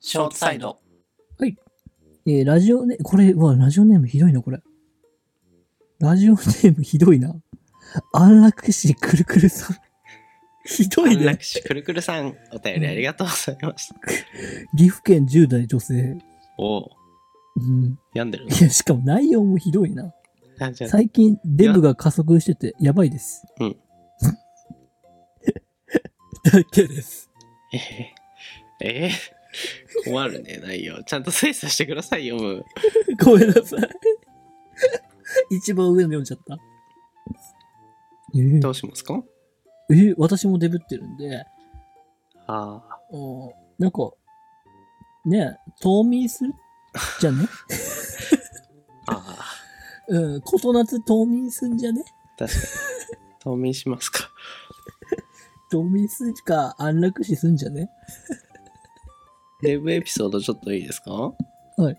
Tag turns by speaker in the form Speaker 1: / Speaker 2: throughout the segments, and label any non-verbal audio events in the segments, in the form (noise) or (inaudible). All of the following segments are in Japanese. Speaker 1: ショートサイド。
Speaker 2: えーラジオネこれ、うわ、ラジオネームひどいな、これ。ラジオネームひどいな。安楽死くるくるさん。ひどい
Speaker 1: 安
Speaker 2: ね
Speaker 1: 楽。死くるくるさん、お便りありがとうございました。
Speaker 2: 岐阜県10代女性。
Speaker 1: (laughs) おお、
Speaker 2: うん。
Speaker 1: 病んでる
Speaker 2: いや、しかも内容もひどいな。
Speaker 1: な。あじゃあ
Speaker 2: 最近、デブが加速してて、やばいです。
Speaker 1: うん。
Speaker 2: (laughs) だけです。
Speaker 1: えーえー困るね、内容。ちゃんと精査してください、読む。
Speaker 2: ごめんなさい。 (laughs) 一番上の読んじゃった。えー
Speaker 1: どうしますか
Speaker 2: えー私もデブってるんで、
Speaker 1: ああ、
Speaker 2: うんなんか、ねえ、冬眠するじ
Speaker 1: (laughs)
Speaker 2: ゃね
Speaker 1: ああ、
Speaker 2: うん、ことなつ冬眠すんじゃね
Speaker 1: 確かに。冬眠します (laughs) か。
Speaker 2: 冬眠するか安楽死すんじゃね
Speaker 1: デブエピソードちょっといいですか
Speaker 2: はい。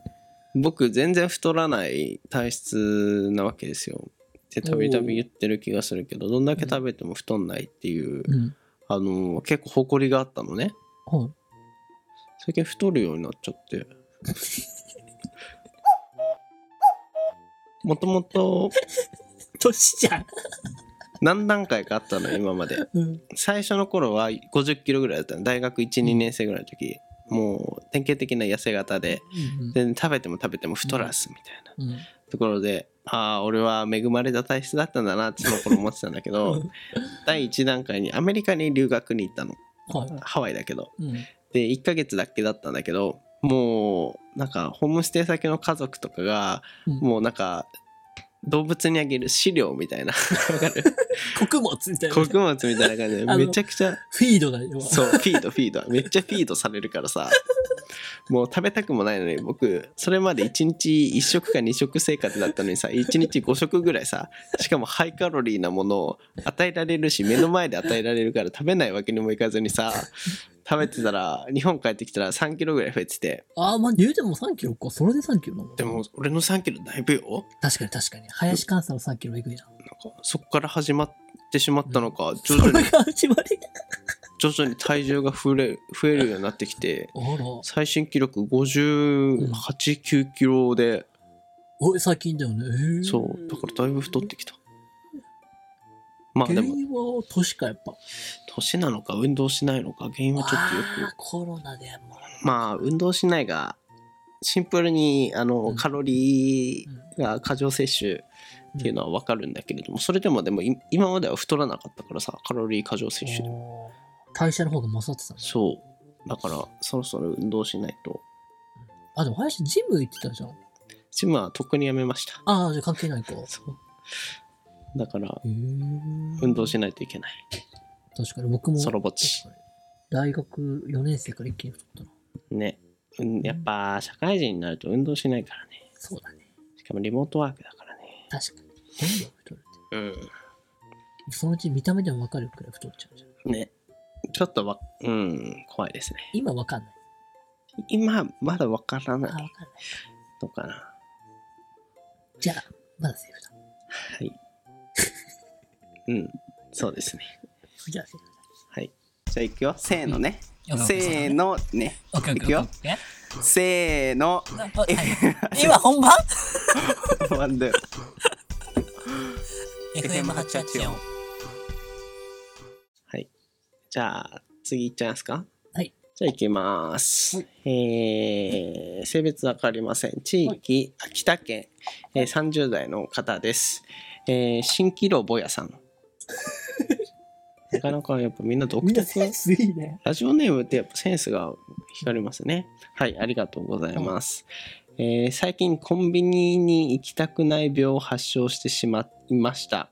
Speaker 1: 僕、全然太らない体質なわけですよ。で、たびたび言ってる気がするけど、どんだけ食べても太んないっていう、
Speaker 2: うん。
Speaker 1: あの、結構誇りがあったのね。
Speaker 2: はい。
Speaker 1: 最近太るようになっちゃってもともと
Speaker 2: 年じゃん。
Speaker 1: 何段階かあったの今まで
Speaker 2: うん。
Speaker 1: 最初の頃は5 0キロぐらいだったの大学12年生ぐらいの時もう典型的な痩せ型で全然食べても食べても太らすみたいな
Speaker 2: うん。
Speaker 1: ところでああ俺は恵まれた体質だったんだなってその頃思ってたんだけ
Speaker 2: う
Speaker 1: ど
Speaker 2: ん
Speaker 1: 第1段階にアメリカに留学に行ったの
Speaker 2: は
Speaker 1: ハワイだけど
Speaker 2: い。うん。
Speaker 1: で1ヶ月だけだったんだけどもうなんかホームステイ先の家族とかが
Speaker 2: うん
Speaker 1: もうなんか動物にあげる飼料み
Speaker 2: (laughs)
Speaker 1: たいなわかる
Speaker 2: 穀物みたいな。
Speaker 1: 穀物みたいな感じで
Speaker 2: あの
Speaker 1: めちゃくちゃ
Speaker 2: フィードだよ。
Speaker 1: そうフィードフィードめっちゃフィードされるからさもう食べたくもないのに僕それまで1日1食か2食生活だったのにさ1日5食ぐらいさしかもハイカロリーなものを与えられるし目の前で与えられるから食べないわけにもいかずにさ食べてたら日本帰ってきたら3キロぐらい増えてて
Speaker 2: ああ、まあ、言うても3キロか。それで3キロなの
Speaker 1: でも俺の3キロだいぶよ
Speaker 2: 確かに確かに。林監査の3キロえぐいな。
Speaker 1: なんかそっから始まってしまったのか徐
Speaker 2: そ
Speaker 1: 々
Speaker 2: れ
Speaker 1: に
Speaker 2: が始まり。
Speaker 1: 徐々に体重が増える増えるようになってきて
Speaker 2: あら。
Speaker 1: 最新記録589キロで
Speaker 2: おい、最近だよね。えー
Speaker 1: そうだからだいぶ太ってきたまあで
Speaker 2: 原
Speaker 1: も
Speaker 2: 因は年か、やっぱ。
Speaker 1: 年なのか運動しないのか原因はちょっとよ
Speaker 2: あーコロナでも
Speaker 1: くまあ運動しないがシンプルにあ
Speaker 2: う
Speaker 1: の
Speaker 2: ん
Speaker 1: カロリ
Speaker 2: う、
Speaker 1: ーが過剰摂取っていうのは分かるんだけれどもそれでもでもい今までは太らなかったからさカロリー過剰摂取でも
Speaker 2: おー代謝の方が勝ってたんだ
Speaker 1: そうだからそろそろ運動しないと
Speaker 2: あでも林ジム行ってたじゃん
Speaker 1: ジムはとっくにやめました
Speaker 2: ああじゃあ関係ないかへ
Speaker 1: そうだから
Speaker 2: え
Speaker 1: 運動しないといけない
Speaker 2: 確かに僕も
Speaker 1: ソロぼっち
Speaker 2: 確かに大学4年生から一気に太ったな
Speaker 1: ね、うん、やっぱ社会人になると運動しないからね
Speaker 2: そうだね
Speaker 1: しかもリモートワークだからね。
Speaker 2: 確かにどんどん太るっ
Speaker 1: う
Speaker 2: てそのうち見た目でも分かるくらい太っちゃうじゃん
Speaker 1: ん。ね。ちょっとわ、うん、怖いですね。
Speaker 2: 今分かんない
Speaker 1: 今、まだわから
Speaker 2: あ分かんな
Speaker 1: ないいのかな。
Speaker 2: じゃあまだセーフだ
Speaker 1: はい。 (laughs) うん、そうですね。
Speaker 2: じゃあセーフだ
Speaker 1: はい。じゃあ、いくよ。せーのね。
Speaker 2: うん
Speaker 1: せーのね。
Speaker 2: オッケーオッケー
Speaker 1: いくよ
Speaker 2: オッケー
Speaker 1: せーの。
Speaker 2: オッケー今
Speaker 1: (laughs)
Speaker 2: 本番
Speaker 1: ワンドゥ
Speaker 2: FM884
Speaker 1: はい。じゃあ、次いっちゃいますか
Speaker 2: はい。
Speaker 1: じゃあ、いきます。えー、性別わかりません。地域、秋田県、えー、30代の方です。えー、新規郎ぼや
Speaker 2: (laughs)
Speaker 1: さん。なかなかやっぱみんな独
Speaker 2: みんな
Speaker 1: 特
Speaker 2: センスいいね
Speaker 1: ラジオネームってやっぱセンスが光りますね。はい、ありがとうございます。えー最近コンビニに行きたくない病を発症してしまいました。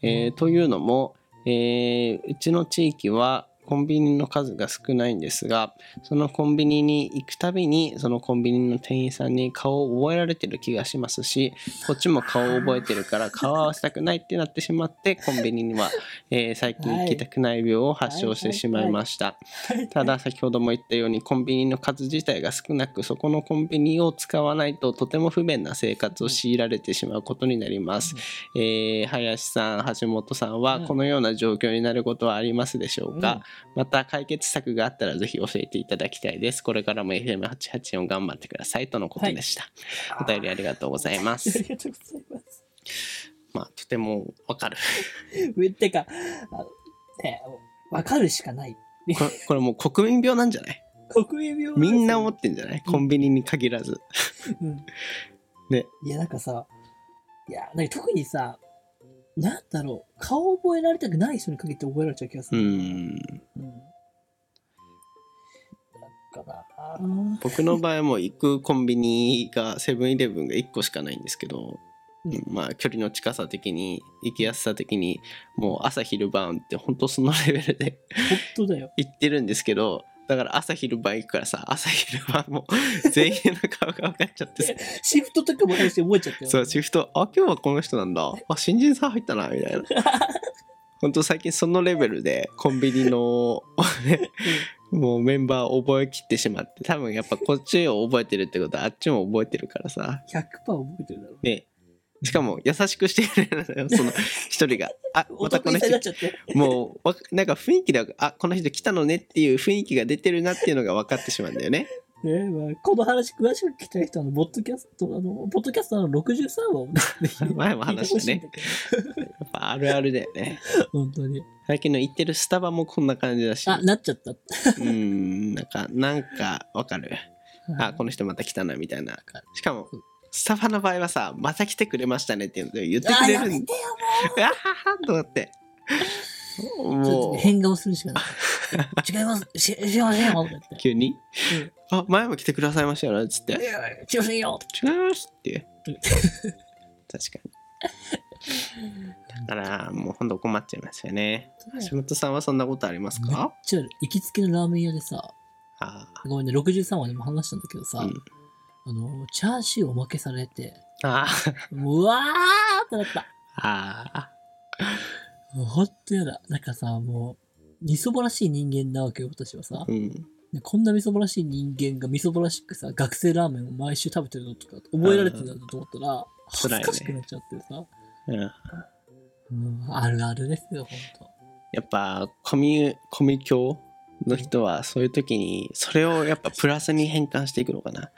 Speaker 1: えーというのも、えーうちの地域はコンビニの数が少ないんですが、そのコンビニに行くたびに、そのコンビニの店員さんに顔を覚えられてる気がしますし、こっちも顔を覚えてるから顔合わせたくないってなってしまって、コンビニには、えー最近行きたくない病を発症してしまいました。ただ先ほども言ったようにコンビニの数自体が少なくそこのコンビニを使わないととても不便な生活を強いられてしまうことになります、えー林さん橋本さんは
Speaker 2: うん
Speaker 1: このような状況になることはありますでしょうか、また解決策があったらぜひ教えていただきたいです。これからも FM884 頑張ってくださいとのことでした。お便りありがとうございま
Speaker 2: あ
Speaker 1: す。
Speaker 2: りがとうございます。
Speaker 1: まあ、とてもわかる。
Speaker 2: めってか、あのね、わかるしかない。
Speaker 1: これこれもう国民病なんじゃない
Speaker 2: 国営病
Speaker 1: みんな思ってんじゃないコンビニに限らず。
Speaker 2: うん
Speaker 1: ね。
Speaker 2: いや、なんかさ、いや、なんか特にさ、なんだろう、顔覚えられたくない人に限って覚えられちゃう気がす
Speaker 1: う
Speaker 2: る。
Speaker 1: ん。
Speaker 2: うん。なんかな
Speaker 1: 僕の場合はもう行くコンビニがセブンイレブンが1個しかないんですけど、
Speaker 2: うん
Speaker 1: まあ距離の近さ的に行きやすさ的にもう朝昼晩って本当そのレベルで (laughs)
Speaker 2: 本当だよ。
Speaker 1: 行ってるんですけどだから朝昼晩行くからさ朝昼晩も全員の顔が分かっちゃってさ
Speaker 2: シフトとかもあるし覚えちゃったよ。
Speaker 1: そうシフトあ今日はこの人なんだあ新人さん入ったなみたいな本当最近そのレベルでコンビニのもうメンバーを覚えきってしまって多分やっぱこっちを覚えてるってことはあっちも覚えてるからさ
Speaker 2: 100%覚えてるだろう。
Speaker 1: ねしかも優しくしてくれるのよその一人があ
Speaker 2: お
Speaker 1: またこ
Speaker 2: 得
Speaker 1: の
Speaker 2: 意
Speaker 1: 人
Speaker 2: さになっちゃって。
Speaker 1: もうわなんか雰囲気であこの人来たのねっていう雰囲気が出てるなっていうのが分かってしまうんだよね
Speaker 2: ねまあ、この話詳しく聞きたい人はあの、ボッドキャスト、あの、ポッドキャストの63話をね、
Speaker 1: (laughs)
Speaker 2: ぜひ
Speaker 1: 前も
Speaker 2: 聞いて
Speaker 1: 話
Speaker 2: ほ
Speaker 1: し
Speaker 2: したいん
Speaker 1: ね
Speaker 2: だけ
Speaker 1: やっぱあるあるだよね
Speaker 2: ど。本当に。
Speaker 1: 最近の行ってるスタバもこんな感じだし
Speaker 2: あ、なっちゃった。
Speaker 1: うーんなんかなんかわかるあこの人また来たなみたいなしかもスタバの場合はさまた来てくれましたねっていうので言って
Speaker 2: あ
Speaker 1: くれ
Speaker 2: や
Speaker 1: る
Speaker 2: め
Speaker 1: ん
Speaker 2: てよ
Speaker 1: うわははと思って
Speaker 2: ちょっと
Speaker 1: も
Speaker 2: ね
Speaker 1: う
Speaker 2: 変顔するしかない。
Speaker 1: (laughs)
Speaker 2: 違います。し、しませんよ。とか言って
Speaker 1: 急に
Speaker 2: うん
Speaker 1: 「あ前も来てくださいましたよね」っつって
Speaker 2: いやいや違いますよ。
Speaker 1: 違いますって
Speaker 2: うん
Speaker 1: 確かにだからもうほんと困っちゃいますよね橋本さんはそんなことありますか
Speaker 2: ちょ、行きつけのラーメン屋でさ、
Speaker 1: あ
Speaker 2: ごめんね、63話でも話したんだけどさ、
Speaker 1: ー、うん、
Speaker 2: あの、チャーシューおまけされて、
Speaker 1: あー
Speaker 2: うわーってなった。
Speaker 1: あ
Speaker 2: もうほんとやだ。なんかさ、もう、みそぼらしい人間なわけよ、私はさ
Speaker 1: ー。うん
Speaker 2: でこんなみそぼらしい人間がみそぼらしくさ、学生ラーメンを毎週食べてるのとか、覚えられてるのと思ったら、恥ずかしくなっちゃってさ。
Speaker 1: うん
Speaker 2: うん、あるあるですよ、ほんと。
Speaker 1: やっぱコミュコミュ教の人はそういう時にそれをやっぱプラスに変換していくのかな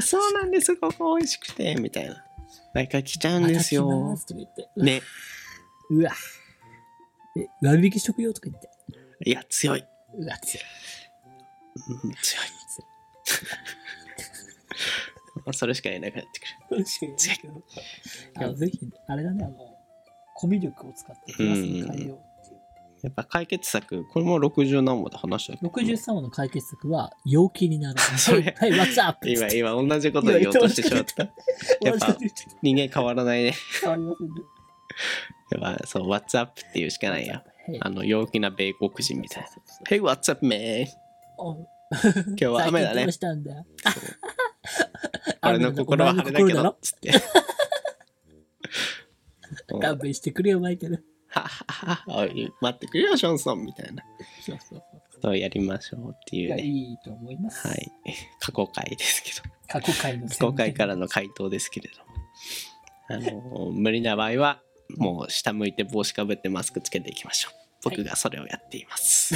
Speaker 1: そうなんですここ美味しくてみたいな毎回来ちゃうんです
Speaker 2: また来
Speaker 1: よ
Speaker 2: ますとか言って。
Speaker 1: ね
Speaker 2: うわ。え、割引食用とか言って。
Speaker 1: いや強い、
Speaker 2: うわ、強い。
Speaker 1: うん、強いそれしかいなくなってく
Speaker 2: 強い。あのぜひ、あれだね、あの、コミュ力を使ってプラスに変えようっていう。
Speaker 1: るやっぱ解決策これも60何本で話したけど
Speaker 2: 63話の解決策は、陽気になる。
Speaker 1: (laughs) それ
Speaker 2: はい、はい、What's up!
Speaker 1: 今今同じこと言おうとしてしまった
Speaker 2: やっ
Speaker 1: やっぱ
Speaker 2: ぱ、変
Speaker 1: 人間変わらないね
Speaker 2: わりませんね。
Speaker 1: やっぱそう What's up っていうしかないや
Speaker 2: はい
Speaker 1: あの陽気な米国人みたいな
Speaker 2: そうそう
Speaker 1: Hey what's up man
Speaker 2: そうお
Speaker 1: 今日は雨だ
Speaker 2: 最近ど
Speaker 1: ね
Speaker 2: うしたんだよ
Speaker 1: 俺の心は晴れだけ
Speaker 2: 雨の心
Speaker 1: ど
Speaker 2: な
Speaker 1: っつって。うん
Speaker 2: 勘弁してくれよ、マイケル。
Speaker 1: はっはっはおい待ってくれよ、ションソンみたいな
Speaker 2: そうそうそう。
Speaker 1: ことをやりましょうっていう
Speaker 2: が
Speaker 1: ね。
Speaker 2: いいと思います。
Speaker 1: はい。過去回ですけど、
Speaker 2: 過去回の
Speaker 1: 過去回からの回答ですけれども、あの無理な場合は、もう下向いて帽子かぶってマスクつけていきましょう。僕がそれをやっています。